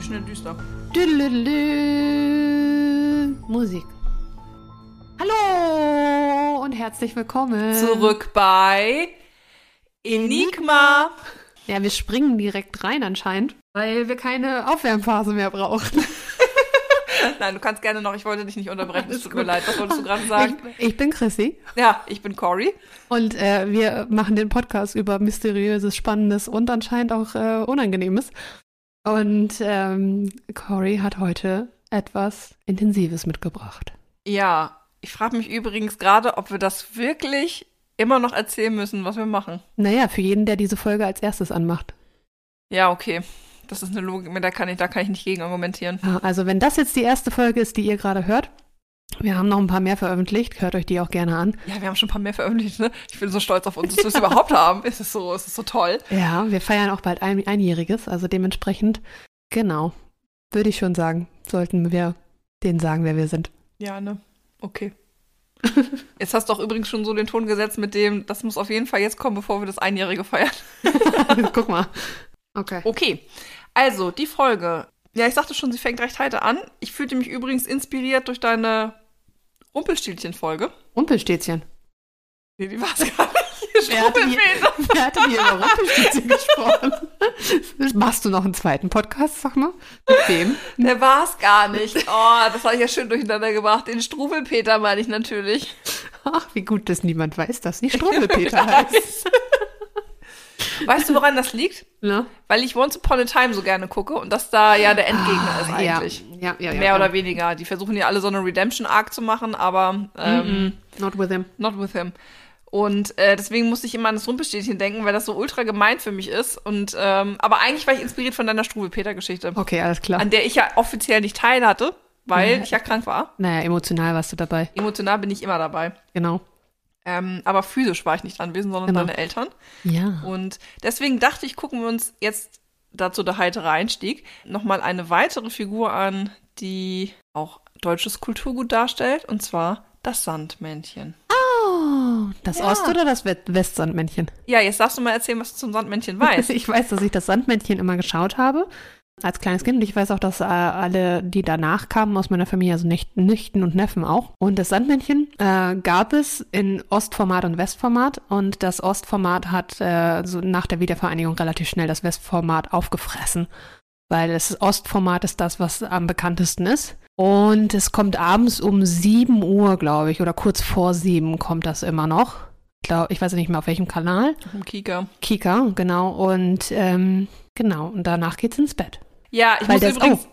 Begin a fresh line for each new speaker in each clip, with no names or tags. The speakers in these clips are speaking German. schnell düster.
Düdelüdelü. Musik. Hallo und herzlich willkommen.
Zurück bei Enigma.
Ja, wir springen direkt rein anscheinend, weil wir keine Aufwärmphase mehr brauchen.
Nein, du kannst gerne noch, ich wollte dich nicht unterbrechen, es tut mir leid, was wolltest du gerade sagen?
Ich, ich bin Chrissy
Ja, ich bin Cory.
und äh, wir machen den Podcast über mysteriöses, spannendes und anscheinend auch äh, Unangenehmes. Und ähm, Cory hat heute etwas Intensives mitgebracht.
Ja, ich frage mich übrigens gerade, ob wir das wirklich immer noch erzählen müssen, was wir machen.
Naja, für jeden, der diese Folge als erstes anmacht.
Ja, okay. Das ist eine Logik, mit der kann ich, da kann ich nicht gegen argumentieren.
Ja, Also wenn das jetzt die erste Folge ist, die ihr gerade hört, wir haben noch ein paar mehr veröffentlicht, hört euch die auch gerne an.
Ja, wir haben schon ein paar mehr veröffentlicht, ne? Ich bin so stolz auf uns, dass wir es überhaupt haben. Es ist so, es ist so toll.
Ja, wir feiern auch bald ein Einjähriges, also dementsprechend, genau, würde ich schon sagen, sollten wir denen sagen, wer wir sind.
Ja, ne? Okay. Jetzt hast du auch übrigens schon so den Ton gesetzt mit dem, das muss auf jeden Fall jetzt kommen, bevor wir das Einjährige feiern.
Also Guck mal. Oh, Okay.
Okay, also die Folge. Ja, ich sagte schon, sie fängt recht heiter an. Ich fühlte mich übrigens inspiriert durch deine Rumpelstilzchen-Folge.
Rumpelstilzchen.
Nee, die war es gar nicht.
Wer hatte die-
Strumpelpeter.
Wer hatte hier über Rumpelstilzchen gesprochen? Machst du noch einen zweiten Podcast, sag mal? Mit wem?
Der war es Ne, gar nicht. Oh, das habe ich ja schön durcheinander gebracht. Den Struwelpeter meine ich natürlich.
Ach, wie gut, dass niemand weiß, dass sie Strumpelpeter heißt.
Weißt du, woran das liegt?
Ne?
Weil ich Once Upon a Time so gerne gucke und das da ja der Endgegner ist
Ah, ja.
Also eigentlich.
Ja, ja, ja.
Mehr
ja.
oder weniger. Die versuchen ja alle so eine Redemption-Arc zu machen, aber ähm,
Not with him.
Not with him. Und äh, deswegen musste ich immer an das Rumpelstilzchen denken, weil das so ultra gemein für mich ist. Und ähm, aber eigentlich war ich inspiriert von deiner Struwelpeter-Geschichte,
Okay, alles klar.
an der ich ja offiziell nicht teil hatte,
Mhm.
weil ich ja krank war.
Naja, emotional warst du dabei.
Emotional bin ich immer dabei.
Genau.
Ähm, aber physisch war ich nicht anwesend, sondern
Genau.
meine Eltern.
Ja.
Und deswegen dachte ich, gucken wir uns jetzt dazu der heitere Einstieg nochmal eine weitere Figur an, die auch deutsches Kulturgut darstellt, und zwar das Sandmännchen.
Oh, das
Ja.
Ost- oder das West- Westsandmännchen?
Ja, jetzt darfst du mal erzählen, was du zum Sandmännchen weißt.
Ich weiß, dass ich das Sandmännchen immer geschaut habe als kleines Kind. Und ich weiß auch, dass äh, alle, die danach kamen aus meiner Familie, also Nicht Nichten und Neffen auch. Und das Sandmännchen äh, gab es in Ostformat und Westformat. Und das Ostformat hat äh, so nach der Wiedervereinigung relativ schnell das Westformat aufgefressen. Weil das Ostformat ist das, was am bekanntesten ist. Und es kommt abends um 7 Uhr, glaube ich, oder kurz vor 7 kommt das immer noch. Ich, glaub, ich weiß nicht mehr auf welchem Kanal.
Vom Kika.
Kika, genau. Und ähm, genau, und danach geht's ins Bett.
Ja, ich
Weil
muss
der ist-
übrigens.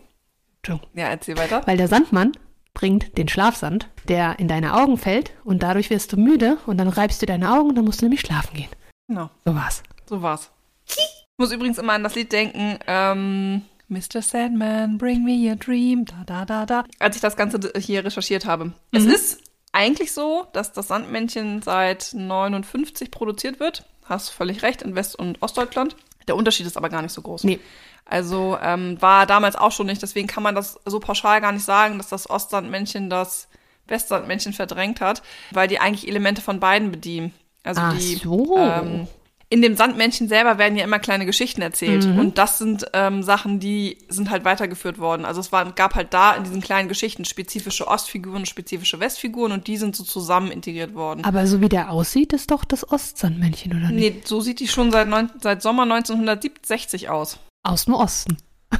Entschuldigung.
Ja, erzähl weiter.
Weil der Sandmann bringt den Schlafsand, der in deine Augen fällt und dadurch wirst du müde und dann reibst du deine Augen und dann musst du nämlich schlafen gehen.
Genau,
So war's.
so war's. Ich muss übrigens immer an das Lied denken, ähm, Mr. Sandman, bring me a dream, da da da da. Als ich das Ganze d- hier recherchiert habe. Es ist eigentlich so, dass das Sandmännchen seit 59 produziert wird. Hast völlig recht, in West- und Ostdeutschland. Der Unterschied ist aber gar nicht so groß.
Nee.
Also ähm, war damals auch schon nicht, deswegen kann man das so pauschal gar nicht sagen, dass das Ostsandmännchen das Westsandmännchen verdrängt hat, weil die eigentlich Elemente von beiden bedienen. Also
Ach
die
so.
ähm, in dem Sandmännchen selber werden ja immer kleine Geschichten erzählt.
Mhm.
Und das sind ähm, Sachen, die sind halt weitergeführt worden. Also es war, gab halt da in diesen kleinen Geschichten spezifische Ostfiguren, spezifische Westfiguren und die sind so zusammen integriert worden.
Aber so wie der aussieht, ist doch das Ostsandmännchen, oder nicht?
Nee, so sieht die schon seit, neun, seit Sommer 1967 aus.
Aus dem Osten.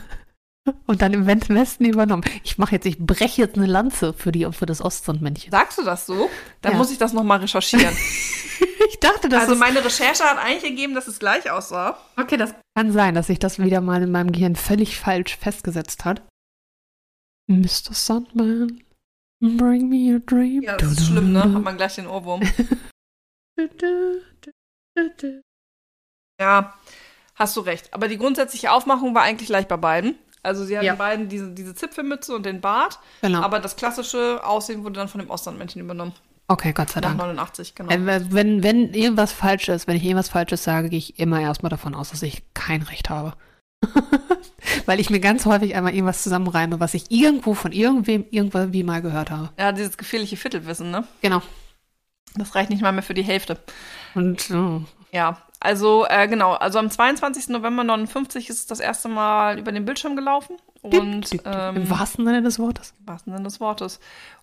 und dann im Westen übernommen. Ich mache jetzt, ich breche jetzt eine Lanze für, die, für das Ostsandmännchen.
Sagst du das so? Dann
Ja.
muss ich das nochmal recherchieren.
Ich dachte, das
also
ist,
meine Recherche hat eigentlich ergeben, dass es gleich aussah.
okay, das kann sein, dass sich das wieder mal in meinem Gehirn völlig falsch festgesetzt hat. Mr. Sandman, bring me a dream.
Ja, das ist schlimm, ne? Hat man gleich den Ohrwurm. Ja, hast du recht. Aber die grundsätzliche Aufmachung war eigentlich gleich bei beiden. Also sie hatten
Ja.
beiden diese, diese Zipfelmütze und den Bart.
Genau.
Aber das klassische Aussehen wurde dann von dem Ostlandmännchen übernommen.
okay, Gott sei
Nach
Dank.
89, genau.
Äh, Wenn, wenn irgendwas falsch ist, wenn ich irgendwas Falsches sage, gehe ich immer erstmal davon aus, dass ich kein Recht habe. Weil ich mir ganz häufig einmal irgendwas zusammenreime, was ich irgendwo von irgendwem irgendwie mal gehört habe.
Ja, dieses gefährliche Viertelwissen, ne?
Genau.
Das reicht nicht mal mehr für die Hälfte.
Und oh,
Ja, also äh, genau, also am 22. November 59 ist es das erste Mal über den Bildschirm gelaufen und
Dip, dip, dip.
ähm,
Im wahrsten Sinne des Wortes.
im wahrsten Sinne des Wortes.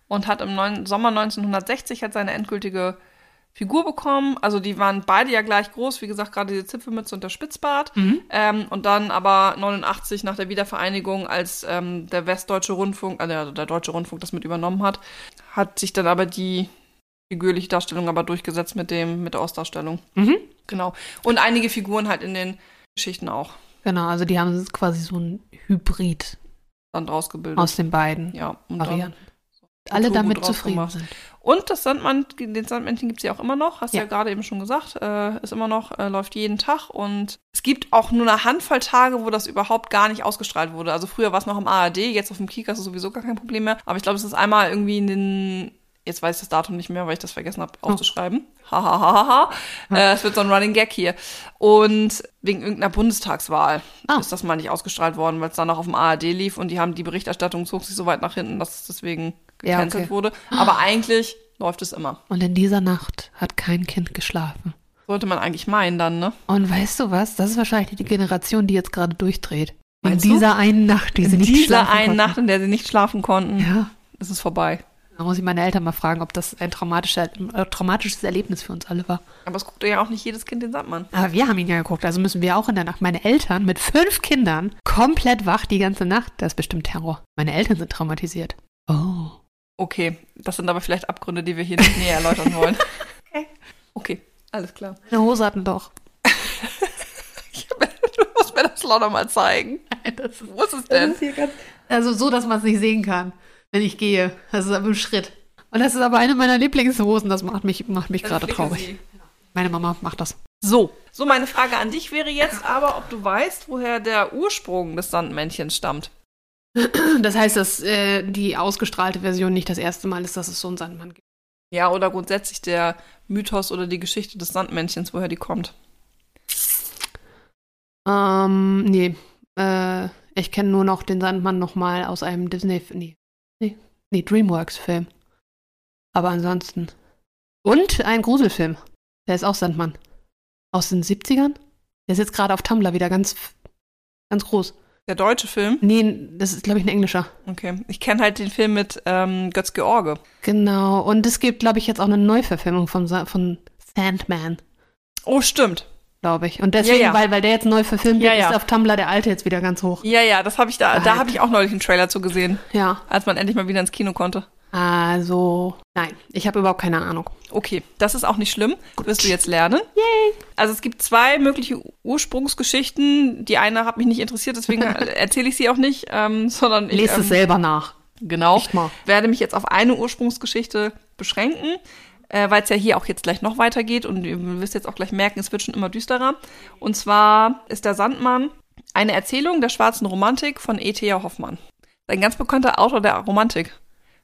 Und hat im neun, Sommer 1960 hat seine endgültige Figur bekommen. Also die waren beide ja gleich groß, wie gesagt, gerade diese Zipfelmütze und der Spitzbart. Ähm, und dann aber 89 nach der Wiedervereinigung, als ähm, der Westdeutsche Rundfunk, also der, der Deutsche Rundfunk das mit übernommen hat, hat sich dann aber die figürliche Darstellung aber durchgesetzt mit dem, mit der Ostdarstellung.
Mhm.
Genau. Und einige Figuren halt in den Geschichten auch
Genau, also die haben quasi so ein Hybrid
dann draus gebildet.
aus den beiden
ja, und dann-
Varianten. Alle
Kultur
damit
gut
zufrieden
draufgemacht.
sind.
Und das Sandmann, den Sandmännchen gibt es ja auch immer noch, hast du ja,
Ja.
gerade eben schon gesagt, äh, ist immer noch, äh, läuft jeden Tag und es gibt auch nur eine Handvoll Tage, wo das überhaupt gar nicht ausgestrahlt wurde. Also früher war es noch im ARD, jetzt auf dem Kika ist es sowieso gar kein Problem mehr, aber ich glaube, es ist einmal irgendwie in den, jetzt weiß ich das Datum nicht mehr, weil ich das vergessen habe
Oh.
aufzuschreiben. Hahaha. äh, es wird so ein Running Gag hier. Und wegen irgendeiner Bundestagswahl
Ah.
ist das mal nicht ausgestrahlt worden, weil es dann noch auf dem ARD lief und die haben die Berichterstattung zog sich so weit nach hinten, dass es deswegen
Ja,
gecancelt
okay.
wurde. Aber eigentlich läuft es immer.
Und in dieser Nacht hat kein Kind geschlafen.
Sollte man eigentlich meinen dann, ne?
Und weißt du was? Das ist wahrscheinlich die Generation, die jetzt gerade durchdreht. In
Meinst du?
dieser einen Nacht, die sie
in
nicht
dieser
schlafen
einen
konnten.
Nacht, in der sie nicht schlafen konnten,
Ja.
ist es vorbei.
Da muss ich meine Eltern mal fragen, ob das ein traumatischer, äh, traumatisches Erlebnis für uns alle war.
Aber es guckt ja auch nicht jedes Kind den Sandmann.
Aber wir haben ihn ja geguckt, also müssen wir auch in der Nacht. Meine Eltern mit fünf Kindern komplett wach die ganze Nacht. Das ist bestimmt Terror. Meine Eltern sind traumatisiert. Oh.
Okay, das sind aber vielleicht Abgründe, die wir hier nicht näher erläutern wollen. Okay. Okay, alles klar.
Meine Hose hatten doch.
Du musst mir das lauter mal zeigen.
Das ist,
Wo ist es denn?
hier ganz. Also so, dass man es nicht sehen kann, wenn ich gehe. Das ist aber im Schritt. Und das ist aber eine meiner Lieblingshosen. Das macht mich, macht mich gerade
Flicke
traurig.
sie.
Meine Mama macht das.
So. So, meine Frage an dich wäre jetzt aber, ob du weißt, woher der Ursprung des Sandmännchens stammt.
Das heißt, dass äh, die ausgestrahlte Version nicht das erste Mal ist, dass es so einen Sandmann gibt.
Ja, oder grundsätzlich der Mythos oder die Geschichte des Sandmännchens, woher die kommt.
Ähm, nee. Äh, ich kenne nur noch den Sandmann nochmal aus einem Disney, nee, nee, nee Dreamworks-Film. Aber ansonsten. Und ein Gruselfilm. Der ist auch Sandmann. Aus den 70ern? Der ist jetzt gerade auf Tumblr wieder ganz, ganz groß.
Der deutsche Film?
Nee, das ist, glaube ich, ein englischer.
Okay. Ich kenne halt den Film mit ähm, Götz George.
Genau. Und es gibt, glaube ich, jetzt auch eine Neuverfilmung von, Sa- von Sandman.
Oh, stimmt.
glaube ich. Und deswegen,
Ja, ja.
Weil, weil der jetzt neu verfilmt
Ja,
wird,
ja.
ist auf Tumblr der alte jetzt wieder ganz hoch.
Ja, ja, das habe ich da. Da
Alter.
habe ich auch neulich einen Trailer zu gesehen,
Ja.
als man endlich mal wieder ins Kino konnte.
Also, nein, ich habe überhaupt keine Ahnung.
Okay, das ist auch nicht schlimm.
Gut.
Wirst du jetzt lernen.
Yay!
Also es gibt zwei mögliche Ursprungsgeschichten. Die eine hat mich nicht interessiert, deswegen erzähle ich sie auch nicht, ähm, sondern ich,
Lest
ähm,
es selber nach.
Genau.
Echt mal.
Werde mich jetzt auf eine Ursprungsgeschichte beschränken, äh, weil es ja hier auch jetzt gleich noch weitergeht und ihr wirst jetzt auch gleich merken, es wird schon immer düsterer. Und zwar ist der Sandmann eine Erzählung der schwarzen Romantik von E.T.A. Hoffmann. Ein ganz bekannter Autor der Romantik.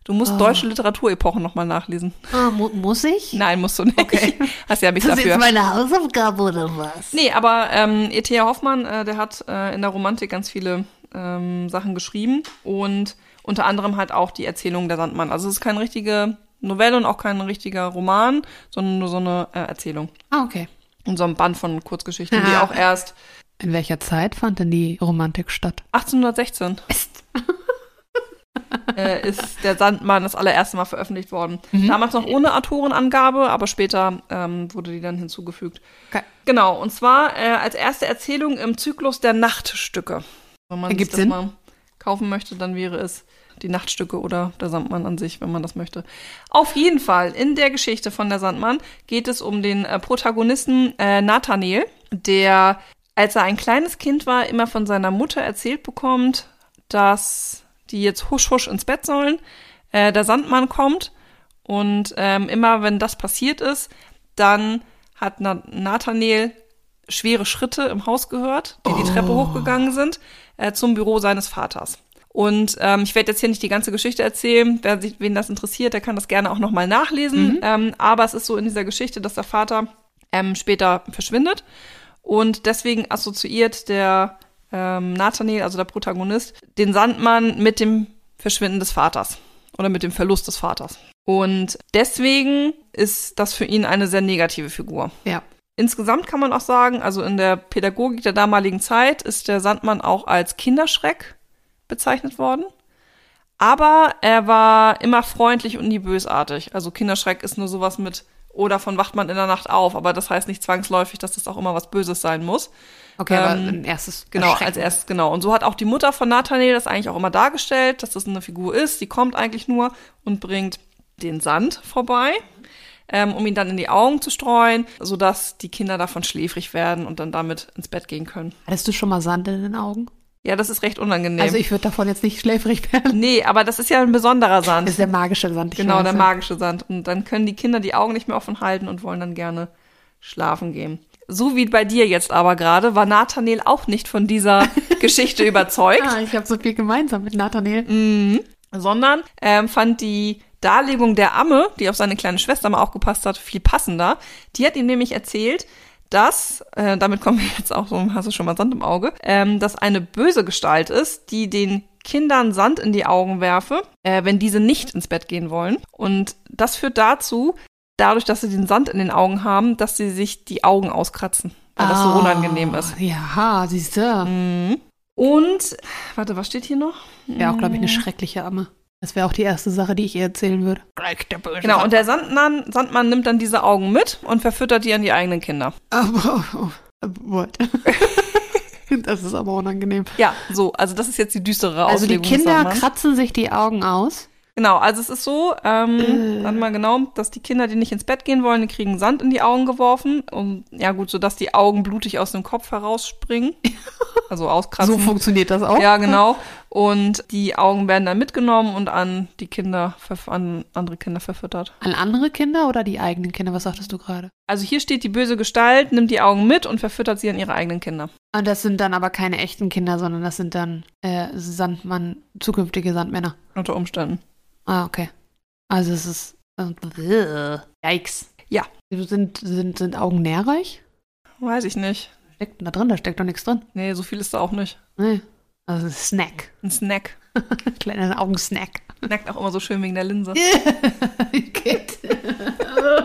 Du musst
Oh.
deutsche Literaturepochen nochmal nachlesen.
Ah, mu muss ich?
Nein, musst du nicht.
Okay.
Hast ja mich
Ist das
dafür.
jetzt meine Hausaufgabe oder was?
Nee, aber ähm, E.T.A. Hoffmann, äh, der hat äh, in der Romantik ganz viele ähm, Sachen geschrieben und unter anderem halt auch die Erzählung der Sandmann. Also es ist keine richtige Novelle und auch kein richtiger Roman, sondern nur so eine äh, Erzählung.
Ah, okay.
Und so ein Band von Kurzgeschichten, die
Ah.
auch erst
In welcher Zeit fand denn die Romantik statt?
1816
Mist.
äh, ist der Sandmann das allererste Mal veröffentlicht worden.
Mhm.
Damals noch ohne Autorenangabe, aber später ähm, wurde die dann hinzugefügt.
Okay.
Genau, und zwar äh, als erste Erzählung im Zyklus der Nachtstücke. Wenn man
Ergibt
sich das
Sinn.
mal kaufen möchte, dann wäre es die Nachtstücke oder der Sandmann an sich, wenn man das möchte. Auf jeden Fall, in der Geschichte von der Sandmann geht es um den äh, Protagonisten äh, Nathaniel, der, als er ein kleines Kind war, immer von seiner Mutter erzählt bekommt, dass die jetzt husch husch ins Bett sollen, äh, der Sandmann kommt und ähm, immer wenn das passiert ist, dann hat Na Nathaniel schwere Schritte im Haus gehört, die die Treppe hochgegangen sind, äh, zum Büro seines Vaters. Und ähm, ich werde jetzt hier nicht die ganze Geschichte erzählen. Wer sich, wen das interessiert, der kann das gerne auch nochmal nachlesen. Ähm, aber es ist so in dieser Geschichte, dass der Vater ähm, später verschwindet. Und deswegen assoziiert der ähm, Nathaniel, also der Protagonist, den Sandmann mit dem Verschwinden des Vaters oder mit dem Verlust des Vaters. Und deswegen ist das für ihn eine sehr negative Figur.
Ja.
Insgesamt kann man auch sagen, also in der Pädagogik der damaligen Zeit ist der Sandmann auch als Kinderschreck bezeichnet worden. Aber er war immer freundlich und nie bösartig. Also Kinderschreck ist nur sowas mit, oder von wacht man in der Nacht auf, aber das heißt nicht zwangsläufig, dass das auch immer was Böses sein muss.
Okay, aber
Ähm,
ein erstes.
Genau,
Erschrecken.
als erstes, genau. Und so hat auch die Mutter von Nathaniel das eigentlich auch immer dargestellt, dass das eine Figur ist, die kommt eigentlich nur und bringt den Sand vorbei, ähm, um ihn dann in die Augen zu streuen, sodass die Kinder davon schläfrig werden und dann damit ins Bett gehen können.
Hattest du schon mal Sand in den Augen?
Ja, das ist recht unangenehm.
Also ich würde davon jetzt nicht schläfrig werden.
nee, aber das ist ja ein besonderer Sand.
Das ist der magische Sand. Ich
Genau,
weiß,
der
ja.
magische Sand. Und dann können die Kinder die Augen nicht mehr offen halten und wollen dann gerne schlafen gehen. So wie bei dir jetzt aber gerade, war Nathaniel auch nicht von dieser Geschichte überzeugt.
Ah, ich habe so viel gemeinsam mit Nathaniel. Mhm.
sondern ähm, fand die Darlegung der Amme, die auf seine kleine Schwester mal aufgepasst hat, viel passender. Die hat ihm nämlich erzählt, dass, äh, damit kommen wir jetzt auch so, hast du schon mal Sand im Auge, ähm, dass eine böse Gestalt ist, die den Kindern Sand in die Augen werfe, äh, wenn diese nicht ins Bett gehen wollen. Und das führt dazu, dadurch, dass sie den Sand in den Augen haben, dass sie sich die Augen auskratzen, weil das so
Ah,
unangenehm ist. Mhm.
Ja, siehst du.
Und, warte, was steht hier noch?
Wäre auch, glaube ich, eine
Mhm.
schreckliche Amme. Das wäre auch die erste Sache, die ich ihr erzählen würde.
Genau, und der Sandmann, Sandmann nimmt dann diese Augen mit und verfüttert die an die eigenen Kinder.
Aber, oh, oh, what? das ist aber unangenehm.
Ja, so, also das ist jetzt die düstere
Also die
Auslegung des
Kinder
Sandmanns.
kratzen sich die Augen aus.
Genau, also es ist so,
Äh.
ähm, dann mal genau, dass die Kinder, die nicht ins Bett gehen wollen, die kriegen Sand in die Augen geworfen. Und, ja gut, sodass die Augen blutig aus dem Kopf herausspringen. Also auskratzen.
So funktioniert das auch.
ja, genau. Und die Augen werden dann mitgenommen und an die Kinder, verf- an andere Kinder verfüttert.
An andere Kinder oder die eigenen Kinder? Was sagtest du gerade?
Also hier steht, die böse Gestalt nimmt die Augen mit und verfüttert sie an ihre eigenen Kinder.
Und das sind dann aber keine echten Kinder, sondern das sind dann äh, Sandmann, zukünftige Sandmänner.
Unter Umständen.
Ah, okay. Also es ist. Äh, yikes.
Ja.
Sind, sind, sind Augen nährreich?
Weiß ich nicht.
Steckt denn da drin? Da steckt doch nichts drin.
Nee, so viel ist da auch nicht.
Nee. Also ein Snack.
Ein Snack.
Kleiner Augensnack.
Snackt auch immer so schön wegen der Linse.
Kind.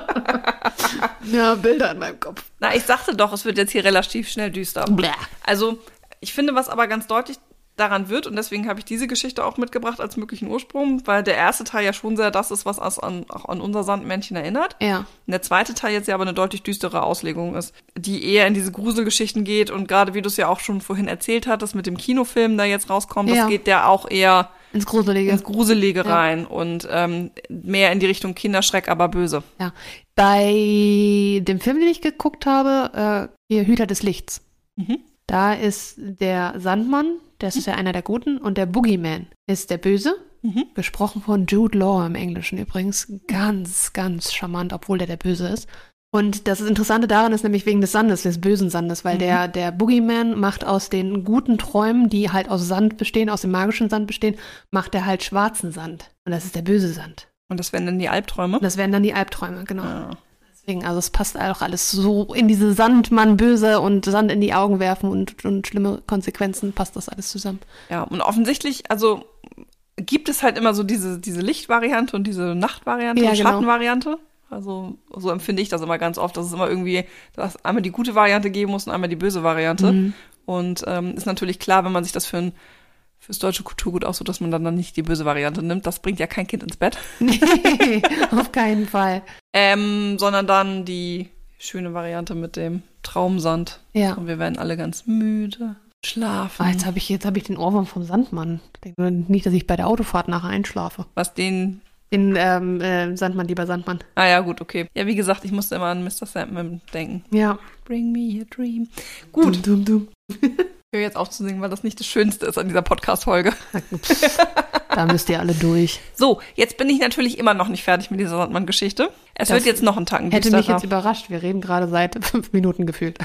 ja, Bilder in meinem Kopf.
Na, ich sagte doch, es wird jetzt hier relativ schnell düster.
Bläh.
Also, ich finde, was aber ganz deutlich daran wird, und deswegen habe ich diese Geschichte auch mitgebracht als möglichen Ursprung, weil der erste Teil ja schon sehr das ist, was uns an, auch an unser Sandmännchen erinnert.
Ja.
Und der zweite Teil jetzt ja aber eine deutlich düstere Auslegung ist, die eher in diese Gruselgeschichten geht und gerade wie du es ja auch schon vorhin erzählt hattest, mit dem Kinofilm, der jetzt rauskommt,
Ja.
das geht ja auch eher
Ins Gruselige.
ins Gruselige rein und ähm, mehr in die Richtung Kinderschreck, aber böse.
ja. Bei dem Film, den ich geguckt habe, äh, hier Hüter des Lichts.
Mhm.
Da ist der Sandmann, das ist ja einer der Guten, und der Boogeyman ist der Böse.
Mhm.
Gesprochen von Jude Law im Englischen übrigens. Ganz, ganz charmant, obwohl der der Böse ist. Und das Interessante daran ist nämlich wegen des Sandes, des bösen Sandes, weil der, der Boogeyman macht aus den guten Träumen, die halt aus Sand bestehen, aus dem magischen Sand bestehen, macht er halt schwarzen Sand. Und das ist der böse Sand.
Und das wären dann die Albträume.
Und das wären dann die Albträume, genau.
Ja.
Deswegen, also es passt auch alles so in diese Sandmann-Böse und Sand in die Augen werfen und, und schlimme Konsequenzen, passt das alles zusammen.
ja, und offensichtlich, also gibt es halt immer so diese, diese Lichtvariante und diese Nachtvariante
Ja,
und
genau.
Schattenvariante. Also so empfinde ich das immer ganz oft, dass es immer irgendwie, dass einmal die gute Variante geben muss und einmal die böse Variante. Und ähm, ist natürlich klar, wenn man sich das für ein fürs deutsche Kulturgut auch so, dass man dann, dann nicht die böse Variante nimmt. Das bringt ja kein Kind ins Bett.
Nee, auf keinen Fall.
Ähm, sondern dann die schöne Variante mit dem Traumsand.
Ja.
Und wir werden alle ganz müde. Schlafen.
Ah, jetzt habe ich, jetzt hab ich den Ohrwurm vom Sandmann. Ich denke Nicht, dass ich bei der Autofahrt nachher einschlafe.
Was den
Den ähm, äh, Sandmann, lieber Sandmann.
Ah ja, gut, okay. Ja, wie gesagt, ich musste immer an Mr. Sandman denken.
Ja.
Bring me a dream. Gut,
Gut. Dum, dum,
ich höre jetzt auf zu singen, weil das nicht das Schönste ist an dieser Podcast-Folge.
dum. Pff, da müsst ihr alle durch.
So, jetzt bin ich natürlich immer noch nicht fertig mit dieser Sandmann-Geschichte. Es
Das
wird jetzt noch ein Tacken
Hätte mich
düsterer.
jetzt überrascht. Wir reden gerade seit fünf Minuten gefühlt.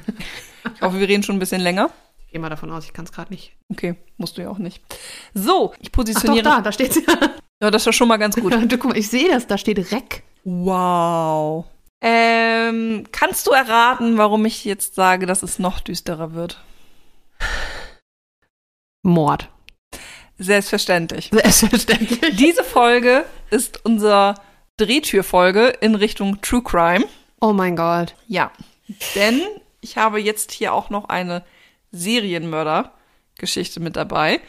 Ich hoffe, wir reden schon ein bisschen länger.
Ich gehe mal davon aus, ich kann es gerade nicht.
Okay, musst du ja auch nicht. So, ich
Ach doch,
positioniere.
da, da steht
Ja, das ist ja schon mal ganz gut.
Du, guck mal, ich sehe das, da steht Reck.
Wow. Ähm, kannst du erraten, warum ich jetzt sage, dass es noch düsterer wird?
Mord.
Selbstverständlich.
Selbstverständlich.
Diese Folge ist unser Drehtürfolge in Richtung True Crime.
Oh mein Gott.
Ja. Denn ich habe jetzt hier auch noch eine Serienmörder-Geschichte mit dabei.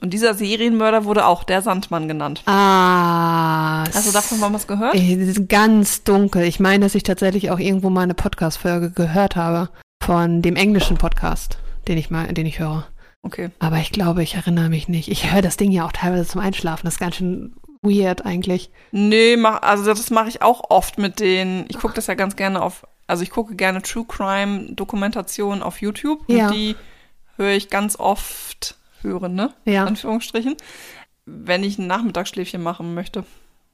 Und dieser Serienmörder wurde auch der Sandmann genannt.
Ah.
Hast du Also, davon mal was gehört?
Ich- es ist ganz dunkel. Ich meine, dass ich tatsächlich auch irgendwo mal eine Podcast-Folge gehört habe von dem englischen Podcast, den ich mal, den ich höre.
Okay.
Aber ich glaube, ich erinnere mich nicht. Ich höre das Ding ja auch teilweise zum Einschlafen. Das ist ganz schön weird eigentlich.
Nee, mach, also das mache ich auch oft mit den. Ich gucke das ja ganz gerne auf. Also ich gucke gerne True Crime Dokumentationen auf YouTube.
Ja.
Und die höre ich ganz oft hören, ne?
Ja,
Anführungsstrichen. Wenn ich ein Nachmittagsschläfchen machen möchte.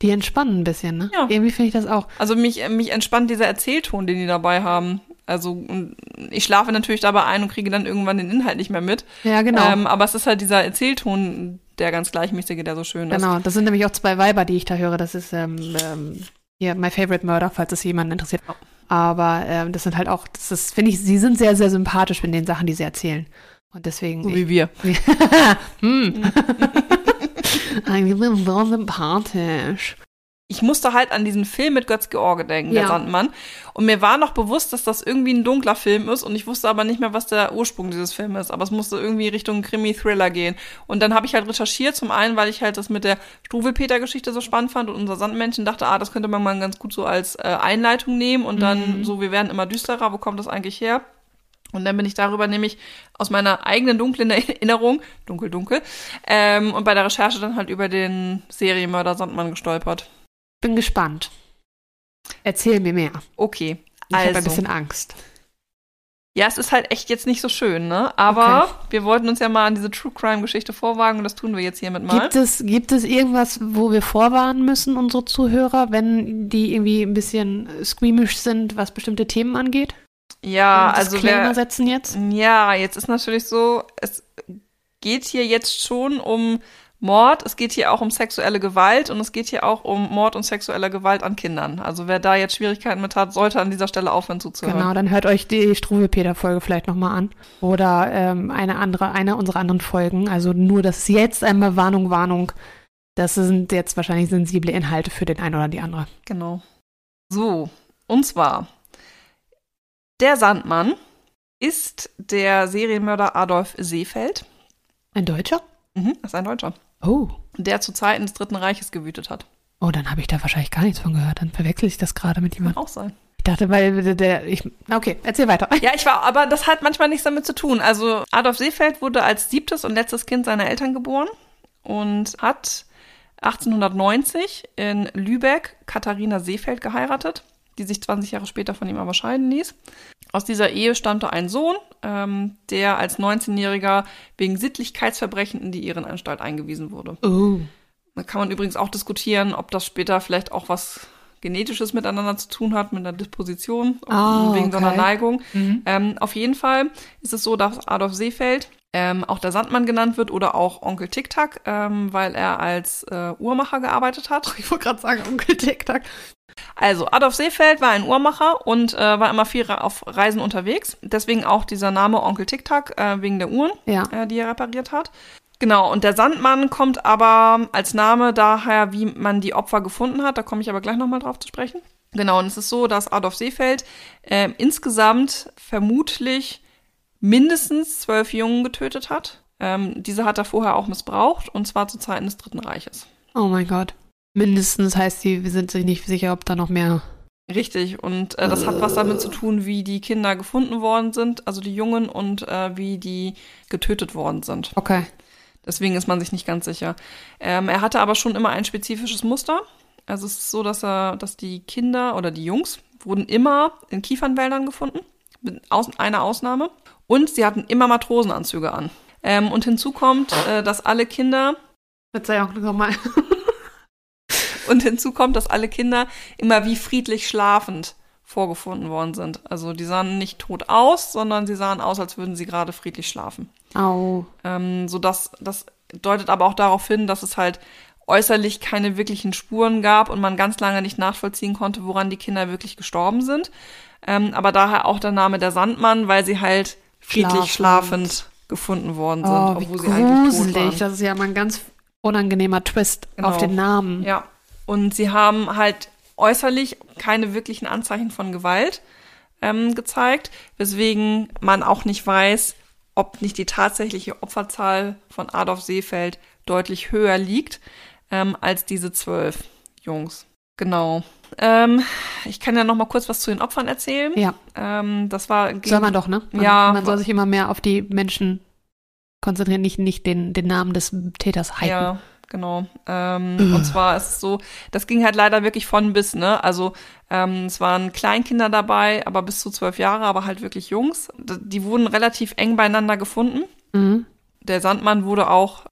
die entspannen ein bisschen, ne?
Ja.
Irgendwie finde ich das auch.
Also mich, mich entspannt dieser Erzählton, den die dabei haben. Also und ich schlafe natürlich dabei ein und kriege dann irgendwann den Inhalt nicht mehr mit.
Ja, genau.
Ähm, aber es ist halt dieser Erzählton, der ganz gleichmäßige, der so schön ist.
genau. Das sind nämlich auch zwei Weiber, die ich da höre. Das ist ähm, ähm, hier My Favorite Murder, falls es jemanden interessiert. Aber ähm, das sind halt auch, das ist, finde ich, sie sind sehr, sehr sympathisch in den Sachen, die sie erzählen. Und deswegen.
So
ich-
wie wir.
hm. Eigentlich bin ich so sympathisch.
ich musste halt an diesen Film mit Götz George denken, der
Ja.
Sandmann. Und mir war noch bewusst, dass das irgendwie ein dunkler Film ist und ich wusste aber nicht mehr, was der Ursprung dieses Films ist. Aber es musste irgendwie Richtung Krimi-Thriller gehen. Und dann habe ich halt recherchiert, zum einen, weil ich halt das mit der Struwelpeter-Geschichte so spannend fand und unser Sandmännchen dachte, ah, das könnte man mal ganz gut so als äh, Einleitung nehmen und dann so, wir werden immer düsterer, wo kommt das eigentlich her? Und dann bin ich darüber nämlich aus meiner eigenen dunklen Erinnerung, dunkel, dunkel, ähm, und bei der Recherche dann halt über den Serienmörder Sandmann gestolpert.
Bin gespannt. Erzähl mir mehr.
Okay.
Ich habe ein
Also.
bisschen Angst.
Ja, es ist halt echt jetzt nicht so schön, ne? Aber
Okay.
wir wollten uns ja mal an diese True Crime Geschichte vorwagen und das tun wir jetzt hiermit mal.
Gibt es, gibt es irgendwas, wo wir vorwarnen müssen, unsere Zuhörer, wenn die irgendwie ein bisschen squeamish sind, was bestimmte Themen angeht?
Ja,
Ein
also
Disclaimer
wer,
setzen jetzt?
ja, jetzt ist natürlich so, es geht hier jetzt schon um Mord, es geht hier auch um sexuelle Gewalt und es geht hier auch um Mord und sexuelle Gewalt an Kindern. Also wer da jetzt Schwierigkeiten mit hat, sollte an dieser Stelle aufhören zuzuhören.
Genau, dann hört euch die Struwelpeter-Folge vielleicht nochmal an. Oder ähm, eine andere, eine unserer anderen Folgen. Also nur das jetzt einmal Warnung, Warnung. Das sind jetzt wahrscheinlich sensible Inhalte für den einen oder die andere.
Genau. So, und zwar, der Sandmann ist der Serienmörder Adolf Seefeld.
Ein Deutscher?
Mhm, das ist ein Deutscher,
Oh.
der zu Zeiten des Dritten Reiches gewütet hat.
Oh, dann habe ich da wahrscheinlich gar nichts von gehört. Dann verwechsel ich das gerade mit
Kann
jemandem.
auch sein.
Ich dachte, weil der, der ich. Okay, erzähl weiter.
Ja, ich war, aber das hat manchmal nichts damit zu tun. Also Adolf Seefeld wurde als siebtes und letztes Kind seiner Eltern geboren und hat 1890 in Lübeck Katharina Seefeld geheiratet, die sich 20 Jahre später von ihm aber scheiden ließ. Aus dieser Ehe stammte ein Sohn, ähm, der als 19-Jähriger wegen Sittlichkeitsverbrechen in die Ehrenanstalt eingewiesen wurde.
Oh.
Da kann man übrigens auch diskutieren, ob das später vielleicht auch was Genetisches miteinander zu tun hat, mit einer Disposition, ob-
Ah,
wegen so einer
okay.
Neigung.
Mhm.
Ähm, auf jeden Fall ist es so, dass Adolf Seefeld ähm, auch der Sandmann genannt wird oder auch Onkel Tic Tac, ähm, weil er als äh, Uhrmacher gearbeitet hat.
Ich wollte gerade sagen, Onkel TikTok.
Also Adolf Seefeld war ein Uhrmacher und äh, war immer viel re- auf Reisen unterwegs. Deswegen auch dieser Name Onkel Tic Tac äh, wegen der Uhren
Ja.
äh, die er repariert hat. Genau, und der Sandmann kommt aber als Name daher, wie man die Opfer gefunden hat. Da komme ich aber gleich nochmal drauf zu sprechen. Genau, und es ist so, dass Adolf Seefeld ähm, insgesamt vermutlich mindestens zwölf Jungen getötet hat. Ähm, diese hat er vorher auch missbraucht, und zwar zu Zeiten des Dritten Reiches.
Oh mein Gott. Mindestens heißt sie, wir sind sich nicht sicher, ob da noch mehr.
Richtig, und äh, das hat was damit zu tun, wie die Kinder gefunden worden sind, also die Jungen, und äh, wie die getötet worden sind.
Okay.
Deswegen ist man sich nicht ganz sicher. Ähm, er hatte aber schon immer ein spezifisches Muster. Also es ist so, dass er, dass die Kinder oder die Jungs wurden immer in Kiefernwäldern gefunden, mit aus, einer Ausnahme. Und sie hatten immer Matrosenanzüge an. Ähm, und hinzu kommt, äh, dass alle Kinder
Verzeihung nochmal.
und hinzu kommt, dass alle Kinder immer wie friedlich schlafend vorgefunden worden sind. Also die sahen nicht tot aus, sondern sie sahen aus, als würden sie gerade friedlich schlafen.
Au.
Ähm, so dass das deutet aber auch darauf hin, dass es halt äußerlich keine wirklichen Spuren gab und man ganz lange nicht nachvollziehen konnte, woran die Kinder wirklich gestorben sind. Ähm, aber daher auch der Name der Sandmann, weil sie halt friedlich
Schlafend.
schlafend, gefunden worden sind,
Oh, wie
obwohl sie eigentlich tot
gruselig.
waren.
Das ist ja mal ein ganz unangenehmer Twist
Genau.
auf den Namen.
Ja. Und sie haben halt äußerlich keine wirklichen Anzeichen von Gewalt ähm, gezeigt, weswegen man auch nicht weiß, ob nicht die tatsächliche Opferzahl von Adolf Seefeld deutlich höher liegt ähm, als diese zwölf Jungs. Genau. Ähm, ich kann ja noch mal kurz was zu den Opfern erzählen.
Ja.
Ähm, das war gegen,
Soll man doch, ne? Man,
Ja.
Man soll sich immer mehr auf die Menschen konzentrieren, nicht, nicht den, den Namen des Täters hypen.
Ja, genau. Ähm, und zwar ist es so, das ging halt leider wirklich von bis, ne? Also ähm, es waren Kleinkinder dabei, aber bis zu zwölf Jahre, aber halt wirklich Jungs. D die wurden relativ eng beieinander gefunden.
Mhm.
Der Sandmann wurde auch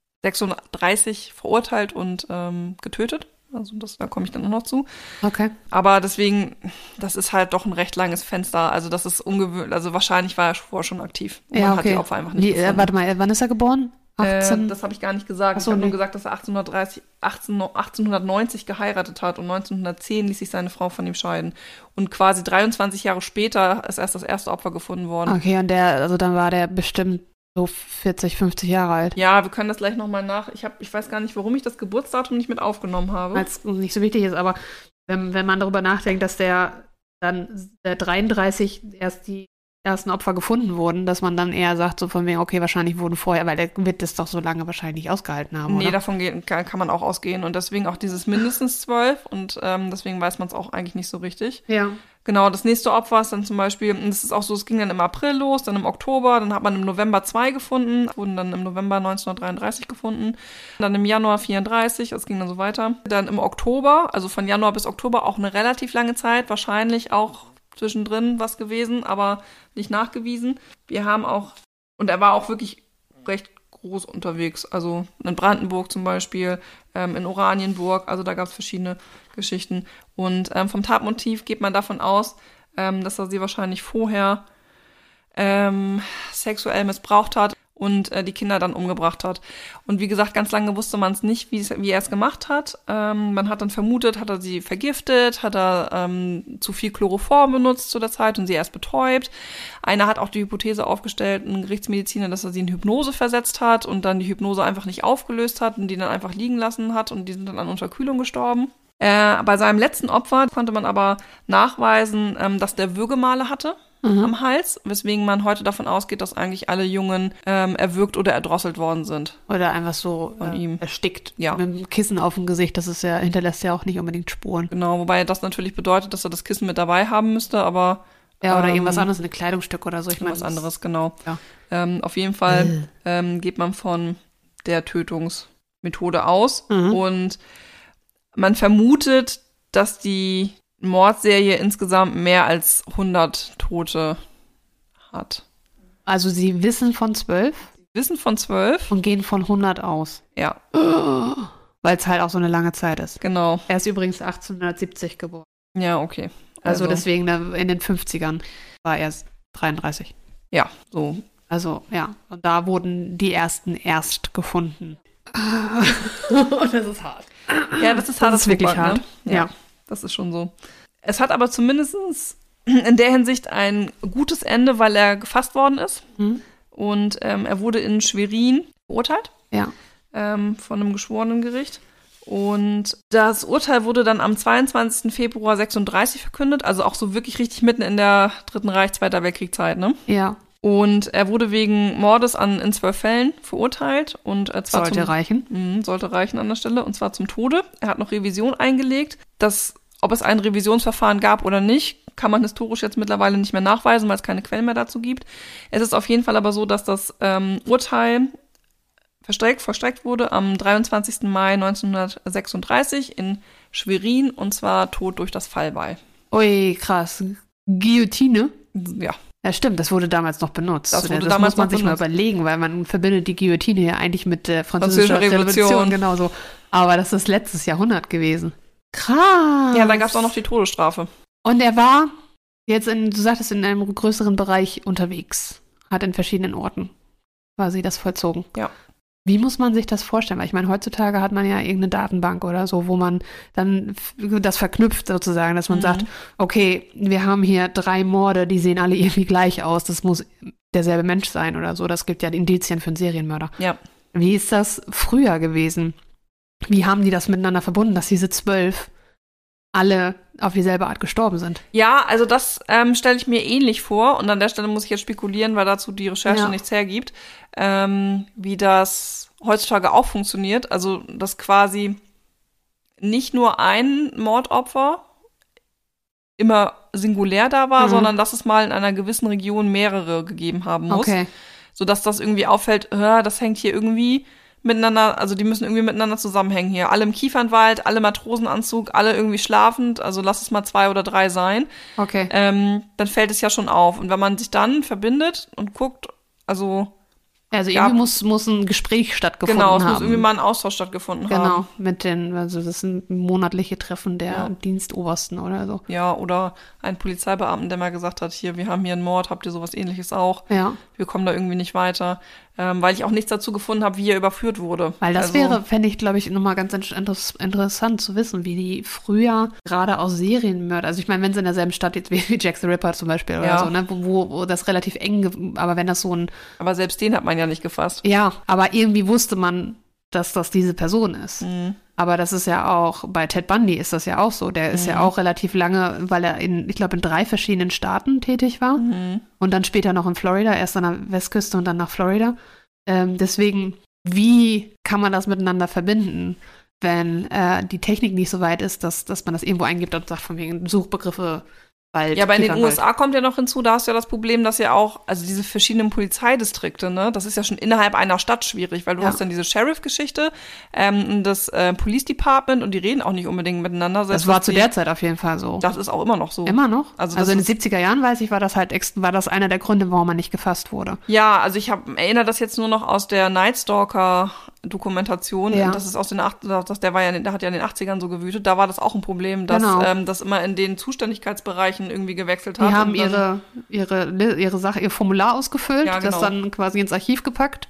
36 verurteilt und ähm, getötet. Also das, da komme ich dann auch noch zu.
Okay.
Aber deswegen, das ist halt doch ein recht langes Fenster. Also das ist ungewöhnlich. Also wahrscheinlich war er vorher schon aktiv. Und
ja,
man hat
okay.
die Opfer einfach nicht
Wie, äh,
gefunden.
warte mal, äh, wann ist er geboren? 18.
Äh, das habe ich gar nicht gesagt.
Ach so,
ich habe nur
nee.
gesagt, dass er 1830, 18, 1890 geheiratet hat und 1910 ließ sich seine Frau von ihm scheiden. Und quasi 23 Jahre später ist erst das erste Opfer gefunden worden.
okay, und der, also dann war der bestimmt so 40, 50 Jahre alt.
Ja, wir können das gleich nochmal nach. Ich, hab, ich weiß gar nicht, warum ich das Geburtsdatum nicht mit aufgenommen habe.
Als nicht so wichtig ist, aber wenn, wenn man darüber nachdenkt, dass der dann der 33 erst die ersten Opfer gefunden wurden, dass man dann eher sagt, so von wegen, okay, wahrscheinlich wurden vorher, weil der wird das doch so lange wahrscheinlich nicht ausgehalten haben,
Nee,
oder?
davon geht, kann, kann man auch ausgehen. Und deswegen auch dieses mindestens zwölf. Und ähm, deswegen weiß man es auch eigentlich nicht so richtig.
Ja.
Genau, das nächste Opfer ist dann zum Beispiel, und das ist auch so, es ging dann im April los, dann im Oktober, dann hat man im November zwei gefunden, wurden dann im November 1933 gefunden, dann im Januar 34, es ging dann so weiter. Dann im Oktober, also von Januar bis Oktober auch eine relativ lange Zeit, wahrscheinlich auch zwischendrin was gewesen, aber nicht nachgewiesen. Wir haben auch, und er war auch wirklich recht groß unterwegs, also in Brandenburg zum Beispiel, ähm, in Oranienburg, also da gab es verschiedene Geschichten. Und ähm, vom Tatmotiv geht man davon aus, ähm, dass er sie wahrscheinlich vorher ähm, sexuell missbraucht hat und äh, die Kinder dann umgebracht hat. Und wie gesagt, ganz lange wusste man es nicht, wie es- wie er es gemacht hat. Ähm, man hat dann vermutet, hat er sie vergiftet, hat er ähm, zu viel Chloroform benutzt zu der Zeit und sie erst betäubt. Einer hat auch die Hypothese aufgestellt, ein Gerichtsmediziner, dass er sie in Hypnose versetzt hat und dann die Hypnose einfach nicht aufgelöst hat und die dann einfach liegen lassen hat und die sind dann an Unterkühlung gestorben. Äh, bei seinem letzten Opfer konnte man aber nachweisen, ähm, dass der Würgemale hatte am Hals, weswegen man heute davon ausgeht, dass eigentlich alle Jungen ähm, erwürgt oder erdrosselt worden sind.
Oder einfach so
Von
äh,
ihm.
erstickt.
Ja.
Mit einem Kissen auf dem Gesicht, das ist ja, hinterlässt ja auch nicht unbedingt Spuren.
Genau, wobei das natürlich bedeutet, dass er das Kissen mit dabei haben müsste, aber
Ja, oder
Ähm,
irgendwas anderes, ein Kleidungsstück oder so. Also Ich meine,
was
das-
anderes, genau.
Ja. Äh.
Ähm, auf jeden Fall ähm, geht man von der Tötungsmethode aus
Mhm.
und man vermutet, dass die Mordserie insgesamt mehr als 100 Tote hat.
Also sie wissen von zwölf
Wissen von 12?
und gehen von 100 aus.
Ja,
Weil es halt auch so eine lange Zeit ist.
genau.
Er ist übrigens 1870 geboren.
Ja, okay.
Also, deswegen da in den 50ern war er 33.
Ja, so.
Also ja, und da wurden die ersten erst gefunden. und das ist hart.
Ja, das ist
Das ist wirklich
Tobak,
hart.
Ne?
Ja.
ja, das ist schon so. Es hat aber zumindestens in der Hinsicht ein gutes Ende, weil er gefasst worden ist.
Mhm.
Und ähm, er wurde in Schwerin verurteilt
Ja.
ähm, von einem geschworenen Gericht. Und das Urteil wurde dann am 22. Februar 36 verkündet, also auch so wirklich richtig mitten in der Dritten Reich, Zweiter Weltkriegszeit, ne?
Ja,
Und er wurde wegen Mordes an, in zwölf Fällen verurteilt und äh, zwar zum,
sollte reichen.
Mhm, sollte reichen an der Stelle, und zwar zum Tode. Er hat noch Revision eingelegt. Das, ob es ein Revisionsverfahren gab oder nicht, kann man historisch jetzt mittlerweile nicht mehr nachweisen, weil es keine Quellen mehr dazu gibt. Es ist auf jeden Fall aber so, dass das ähm, Urteil verstreckt, verstreckt wurde am 23. Mai 1936 in Schwerin, und zwar Tod durch das Fallbeil.
Ui, krass. Guillotine?
Ja,
Ja, stimmt, das wurde damals noch benutzt.
Das
Das,
wurde
das
damals
muss man
noch
sich mal
benutzt.
überlegen, weil man verbindet die Guillotine ja eigentlich mit der französischen
Französische
Revolution.
Revolution.
Genauso. Aber das ist letztes Jahrhundert gewesen. Krass.
ja dann gab es auch noch die Todesstrafe.
Und er war jetzt in, du sagtest, in einem größeren Bereich unterwegs. Hat in verschiedenen Orten quasi das vollzogen.
Ja.
Wie muss man sich das vorstellen? Weil ich meine, heutzutage hat man ja irgendeine Datenbank oder so, wo man dann f- das verknüpft sozusagen, dass man
Mhm.
sagt, okay, wir haben hier drei Morde, die sehen alle irgendwie gleich aus, das muss derselbe Mensch sein oder so. Das gibt ja Indizien für einen Serienmörder.
Ja.
Wie ist das früher gewesen? Wie haben die das miteinander verbunden, dass diese zwölf alle auf dieselbe Art gestorben sind.
Ja, also das ähm, stelle ich mir ähnlich vor und an der Stelle muss ich jetzt spekulieren, weil dazu die Recherche
Ja.
nichts hergibt, ähm, wie das heutzutage auch funktioniert. Also dass quasi nicht nur ein Mordopfer immer singulär da war,
Mhm.
sondern dass es mal in einer gewissen Region mehrere gegeben haben muss, sodass das irgendwie auffällt, äh, das hängt hier irgendwie miteinander, also die müssen irgendwie miteinander zusammenhängen hier. Alle im Kiefernwald, alle Matrosenanzug, alle irgendwie schlafend, also lass es mal zwei oder drei sein
okay.
ähm, dann fällt es ja schon auf. Und wenn man sich dann verbindet und guckt, also
Also
gab-
irgendwie muss, muss ein Gespräch stattgefunden
genau, es muss
haben.
irgendwie mal ein Austausch stattgefunden haben.
genau, mit den, also das sind monatliche Treffen der
Ja.
Dienstobersten oder so.
Ja, oder ein Polizeibeamten, der mal gesagt hat, hier, wir haben hier einen Mord, habt ihr sowas ähnliches auch?
Ja.
Wir kommen da irgendwie nicht weiter. Ähm, weil ich auch nichts dazu gefunden habe, wie er überführt wurde.
Weil
Also-
das wäre, fände ich, glaube ich, nochmal ganz int- interes- interessant zu wissen, wie die früher gerade aus Serienmörder, also ich meine, wenn sie in derselben Stadt jetzt wie, wie Jack the Ripper zum Beispiel oder
Ja.
so, ne, wo, wo das relativ eng, ge- aber wenn das so ein,
Aber selbst den hat man ja nicht gefasst.
ja, aber irgendwie wusste man, dass das diese Person ist.
Mhm.
Aber das ist ja auch, bei Ted Bundy ist das ja auch so. Der
Mhm.
ist ja auch relativ lange, weil er in, ich glaube, in drei verschiedenen Staaten tätig war.
Mhm.
Und dann später noch in Florida, erst an der Westküste und dann nach Florida. Ähm, deswegen, wie kann man das miteinander verbinden, wenn äh, die Technik nicht so weit ist, dass, dass man das irgendwo eingibt und sagt, von wegen Suchbegriffe, Wald,
Ja, aber in den
Kiefernwald.
USA kommt ja noch hinzu, da hast du ja das Problem, dass ja auch, also diese verschiedenen Polizeidistrikte, ne, das ist ja schon innerhalb einer Stadt schwierig, weil du
Ja.
hast dann diese Sheriff-Geschichte, ähm, das äh, Police Department und die reden auch nicht unbedingt miteinander.
Das
selbst
war
dass
zu
die-
der Zeit auf jeden Fall so.
Das ist auch immer noch so.
Immer noch?
Also
Also,
das
in
ist-
den 70er Jahren, weiß ich, war das halt ex war das einer der Gründe, warum man nicht gefasst wurde.
Ja, also ich hab, erinnere das jetzt nur noch aus der Nightstalker-Dokumentation.
Ja.
Das ist aus den 80ern, das, der, war ja, in- der hat ja in den 80ern so gewütet. Da war das auch ein Problem, dass
Genau.
ähm, das immer in den Zuständigkeitsbereichen irgendwie gewechselt hat.
Die haben
und dann-
ihre, ihre, Li- ihre Sache, ihr Formular ausgefüllt,
Ja, genau.
das dann quasi ins Archiv gepackt.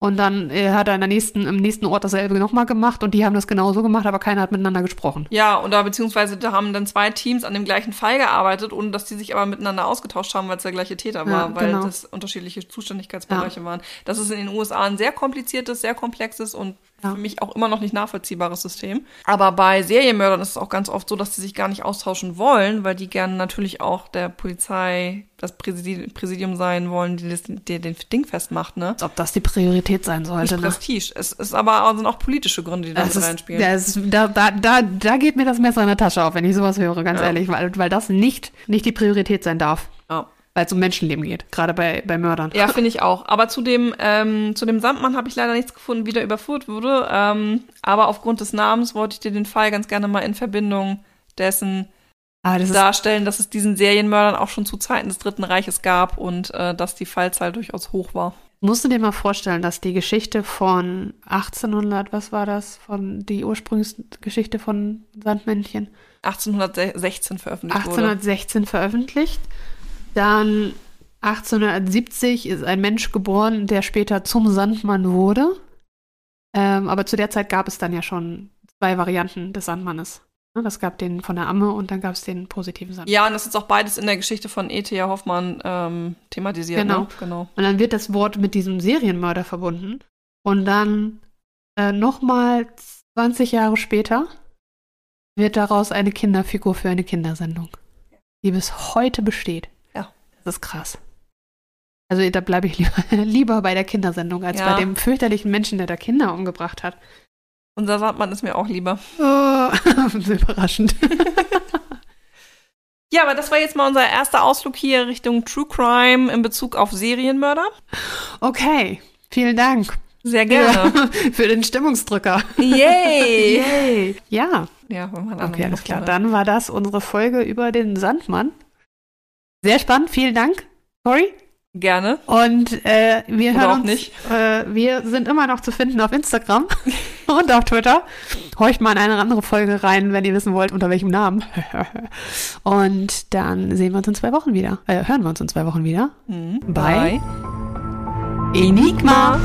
Und dann äh, hat er in der nächsten, im nächsten Ort dasselbe nochmal gemacht und die haben das genauso gemacht, aber keiner hat miteinander gesprochen.
Ja, oder beziehungsweise da haben dann zwei Teams an dem gleichen Fall gearbeitet, ohne dass die sich aber miteinander ausgetauscht haben, weil es der gleiche Täter
Ja,
war, weil
genau.
das unterschiedliche Zuständigkeitsbereiche waren. Das ist in den USA ein sehr kompliziertes, sehr komplexes und
Ja.
für mich auch immer noch nicht nachvollziehbares System. Aber bei Serienmördern ist es auch ganz oft so, dass die sich gar nicht austauschen wollen, weil die gerne natürlich auch der Polizei das Präsidi- Präsidium sein wollen, die, das, die den Ding festmacht, ne?
Als ob das die Priorität sein sollte.
Nicht
Ne?
Prestige. Es ist aber sind auch politische Gründe, die da mit
Das ist,
reinspielen.
das ist, da, da, da, da geht mir das Messer in der Tasche auf, wenn ich sowas höre, ganz
Ja.
ehrlich, weil, weil das nicht, nicht die Priorität sein darf,
Ja.
weil es um Menschenleben geht, gerade bei, bei Mördern.
Ja, finde ich auch. Aber zu dem, ähm, zu dem Sandmann habe ich leider nichts gefunden, wie der überführt wurde. Ähm, aber aufgrund des Namens wollte ich dir den Fall ganz gerne mal in Verbindung dessen
Aber Ah, das ist,
darstellen, dass es diesen Serienmördern auch schon zu Zeiten des Dritten Reiches gab und äh, dass die Fallzahl durchaus hoch war.
musst du dir mal vorstellen, dass die Geschichte von 1800, was war das, von die Ursprungsgeschichte von Sandmännchen,
1816 veröffentlicht wurde.
1816 veröffentlicht. Dann 1870 ist ein Mensch geboren, der später zum Sandmann wurde. Ähm, aber zu der Zeit gab es dann ja schon zwei Varianten des Sandmannes. Ne, Das gab den von der Amme und dann gab es den positiven Sandmann.
Ja, und das ist auch beides in der Geschichte von E.T.A. Hoffmann ähm, thematisiert. Ne?
Genau.
genau.
Und dann wird das Wort mit diesem Serienmörder verbunden. Und dann äh, nochmal 20 Jahre später wird daraus eine Kinderfigur für eine Kindersendung, die bis heute besteht.
Ja.
Das ist krass. Also da bleibe ich lieber, lieber bei der Kindersendung als
Ja.
bei dem fürchterlichen Menschen, der da Kinder umgebracht hat.
Unser Sandmann ist mir auch lieber.
Oh, überraschend.
Ja, aber das war jetzt mal unser erster Ausflug hier Richtung True Crime in Bezug auf Serienmörder.
Okay, vielen Dank
Sehr gerne.
für den Stimmungsdrücker.
Yay!
Ja.
Ja, wenn man
Okay, alles klar. Dann war das unsere Folge über den Sandmann. Sehr spannend, vielen Dank, Cory.
Gerne.
Und äh, wir
Oder
hören
auch
uns,
nicht.
Äh, wir sind immer noch zu finden auf Instagram und auf Twitter. Horcht mal in eine andere Folge rein, wenn ihr wissen wollt, unter welchem Namen. und dann sehen wir uns in zwei Wochen wieder. Äh, hören wir uns in zwei Wochen Hm. wieder.
Mhm.
Bye. Enigma.